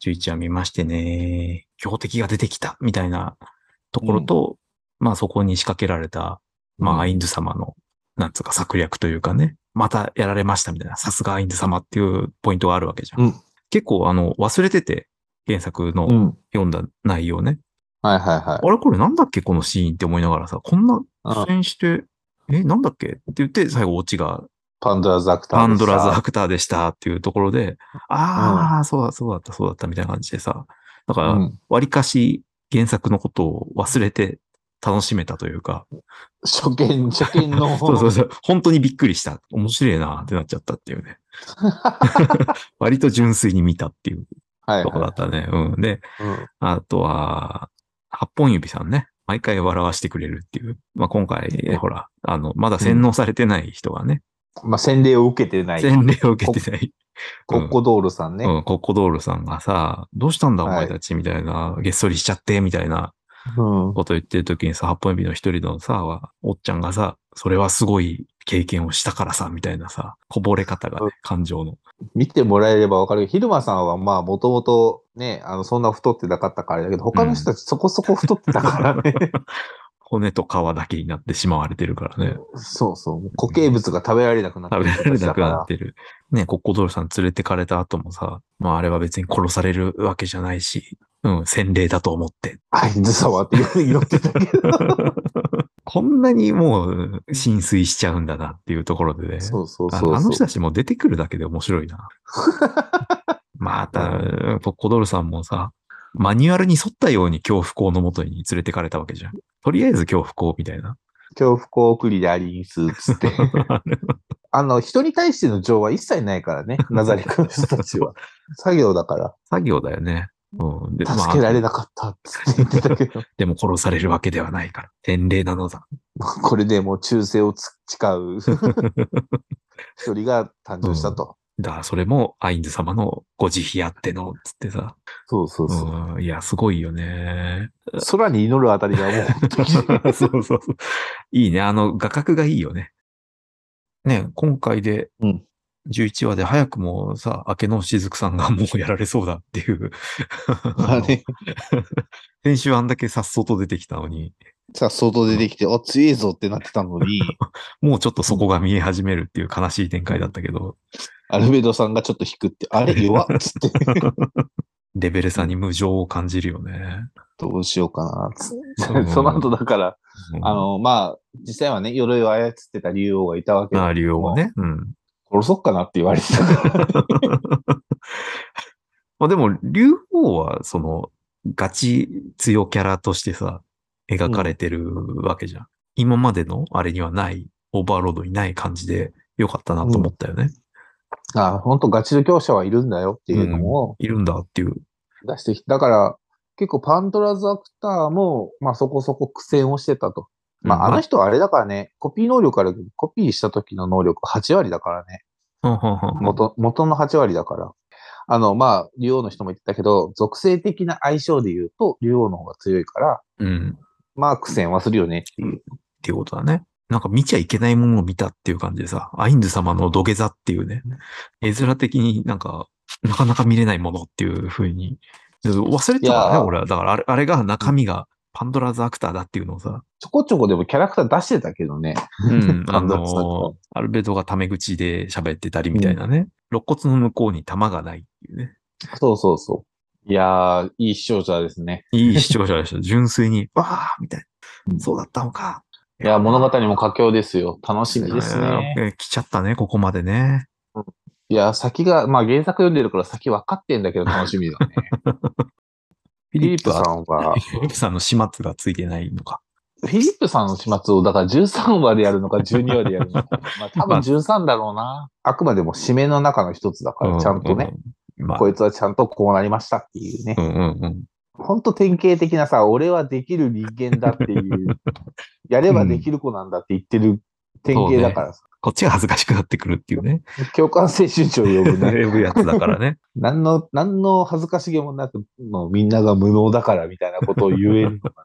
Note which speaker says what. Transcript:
Speaker 1: 11話見ましてね、強敵が出てきたみたいなところと、まあそこに仕掛けられた、ま
Speaker 2: うん
Speaker 1: あアインズ様の、なんつうか策略というかね、またやられましたみたいな、さすがアインズ様っていうポイントがあるわけじゃん。
Speaker 2: うん
Speaker 1: 結構あの、忘れてて、原作の
Speaker 2: うん。
Speaker 1: 読んだ内容ね。
Speaker 2: はいはいはい。
Speaker 1: あれこれなんだっけこのシーンって思いながらさ、こんな苦戦して、え、なんだっけって言って、最後オチが
Speaker 2: パンドラザクター
Speaker 1: パンドラズア
Speaker 2: ザ
Speaker 1: クターでしたっていうところで、ああ、そうだ、そうだった、そうだったみたいな感じでさ、だか
Speaker 2: う
Speaker 1: ら、
Speaker 2: ん。
Speaker 1: わりかし原作のことを忘れて楽しめたというか、
Speaker 2: 初見、初見の
Speaker 1: そ
Speaker 2: 方
Speaker 1: うそうそう、本当にびっくりした。面白いなってなっちゃったっていう ね。割と純粋に見たっていう
Speaker 2: はい
Speaker 1: ところだ
Speaker 2: は
Speaker 1: ったね。うん。で、
Speaker 2: い。うん
Speaker 1: あとは、八本指さんね。毎回笑わしてくれるっていう。まあ、今回、ほら、あの、まだ洗脳されてない人がね、
Speaker 2: まあ、洗礼を受けてない。
Speaker 1: 洗礼を受けてない
Speaker 2: コッコドールさんね。
Speaker 1: うん、コッコドールさんがさ、どうしたんだお
Speaker 2: はい
Speaker 1: 前たちみたいな、げっそりしちゃって、みたいな
Speaker 2: うん。
Speaker 1: こと言ってる時にさ、八本指の一人のさ、おっちゃんがさ、それはすごい経験をしたからさ、みたいなさ、こぼれ方がね、
Speaker 2: う
Speaker 1: 感情の。
Speaker 2: 見てもらえればわかるけど、昼間さんはまあ、もともとね、あの、そんな太ってなかったからあれだけど、他の人たちそこそこ太ってたからね。
Speaker 1: 骨と皮だけになってしまわれてるからね。
Speaker 2: そうそう。固形物が食べられなくなって
Speaker 1: 食べ
Speaker 2: る
Speaker 1: ら
Speaker 2: 人た
Speaker 1: れ
Speaker 2: ち
Speaker 1: な
Speaker 2: だ
Speaker 1: く
Speaker 2: か
Speaker 1: な
Speaker 2: ら
Speaker 1: っ。てる。ね、コッコドールさん連れてかれた後もさ、まああれは別に殺されるわけじゃないし、うん、洗礼だと思って。
Speaker 2: あいつ様 って言ってたけど。
Speaker 1: こんなにもう浸水しちゃうんだなっていうところでね。
Speaker 2: そうそう
Speaker 1: あ
Speaker 2: そうそう。
Speaker 1: のあの人たちも出てくるだけで面白い な。また、ポッコドルさんもさ、マニュアルに沿ったように恐怖校のもとに連れてかれたわけじゃん。とりあえず恐怖校みた いな。
Speaker 2: 恐怖幸送りでありんす、つって。あの、人に対しての情は一切ないから ね、ナザレクの人たちは。作業だ から、
Speaker 1: 作業だよね。うん、で
Speaker 2: 助けられ
Speaker 1: まあ
Speaker 2: なかった、つって言ってたけ ど、
Speaker 1: でも殺されるわけではないから。天霊なのだ。
Speaker 2: これでもう忠誠をつ誓 う一人が誕生したと。
Speaker 1: だからそれもアインズ様のご慈悲あっての、つってさ。
Speaker 2: そうそうそ
Speaker 1: う
Speaker 2: う。
Speaker 1: ん、いや、すごいよね。
Speaker 2: 空に祈るあたりがもう本当に、
Speaker 1: そうそうそう。いいね。あの、画角がいいよね。ね、今回で
Speaker 2: うん、
Speaker 1: 11話で早くもさ、明けのしずくさんがもうやられそうだっていう。
Speaker 2: まあね、
Speaker 1: 先週あんだけさっそと出てきたのに、
Speaker 2: さあ、外出てきて、あ、強えぞってなってたの に、
Speaker 1: もうちょっとそこが見え始めるっていう悲しい展開だったけど、
Speaker 2: アルベドさんがちょっと引くって、あれ弱っつって、
Speaker 1: レベル差に無情を感じるよね。
Speaker 2: どうしようかな、つ
Speaker 1: う
Speaker 2: っ
Speaker 1: ん
Speaker 2: て。その後だから、
Speaker 1: うん
Speaker 2: あ、の、まあ、実際はね、鎧を操ってた竜王がいたわけで
Speaker 1: まあ、理由はね。うん。
Speaker 2: 殺そっかなって言われてたから。
Speaker 1: まあでも、竜王は、その、ガチ強キャラとしてさ、描かれてるわけじゃん。今までのあれにはない、オーバーロードにない感じで、よかったなと思ったよね。
Speaker 2: あ本当ガチの強者はいるんだよっていうのを
Speaker 1: いるんだっていう。
Speaker 2: 出してきて、だから、結構パンドラザクターも、まあそこそこ苦戦をしてたと。まああの人はあれだからね、コピー能力あるけど、コピーした時の能力8割だからね。
Speaker 1: うん、はんはんはん
Speaker 2: 元、元の8割だから。あの、まあ、竜王の人も言ってたけど、属性的な相性で言うと、竜王の方が強いから、
Speaker 1: うん。っ
Speaker 2: まあ苦戦はするよねっていう。
Speaker 1: ていうことだね。なんか見ちゃいけないものを見たっていう感じでさ、アインズ様の土下座っていうね、絵面的になんか、なかなか見れないものっていう風に、忘れてたか
Speaker 2: い
Speaker 1: ら
Speaker 2: や
Speaker 1: ね、
Speaker 2: ー
Speaker 1: 俺は。だからあれ、あれが中身がパンドラーズアクターだっていうのをさ、
Speaker 2: ちょこちょこでもキャラクター出してたけどね。
Speaker 1: うん、あ
Speaker 2: パンダさん
Speaker 1: の、アルベドがタメ口で喋ってたりみたいなね。肋骨の向こうに弾がないっていうね。
Speaker 2: そうそうそう。いやー、いい視聴者ですね。
Speaker 1: いい視聴者で した。純粋に、わあみたいな。そうだったのか。
Speaker 2: いや、物語も佳境ですよ。楽しみですね。
Speaker 1: えー来ちゃったね、ここまでね。
Speaker 2: いや、先が、まあ原作読んでるから先分かってんだけど楽しみだね。
Speaker 1: フ
Speaker 2: フィリップさ
Speaker 1: は、
Speaker 2: んは、
Speaker 1: フィリップさんの始末がついてないのか。
Speaker 2: フィリップさんの始末を、だから13話でやるのか12話でやる のか。まあ多分13だろうな。あくまでも締めの中の一つだか
Speaker 1: う
Speaker 2: ら、
Speaker 1: ん
Speaker 2: ちゃんとね、。
Speaker 1: うんまあ、
Speaker 2: こいつはちゃんとこうなりましたっていうね
Speaker 1: う。んうんうん。
Speaker 2: ほんと典型的なさ、俺はできる人間だって いう、やればできる子なんだって言ってる典型だからさ、
Speaker 1: こっちが恥ずかしくなってくるっていうね。
Speaker 2: 共感性 春長を呼ぶ ね。
Speaker 1: 呼ぶやつだからね。
Speaker 2: 何の、何の恥ずかしげもなく、もうみんなが無能だからみたいなことを言えるのが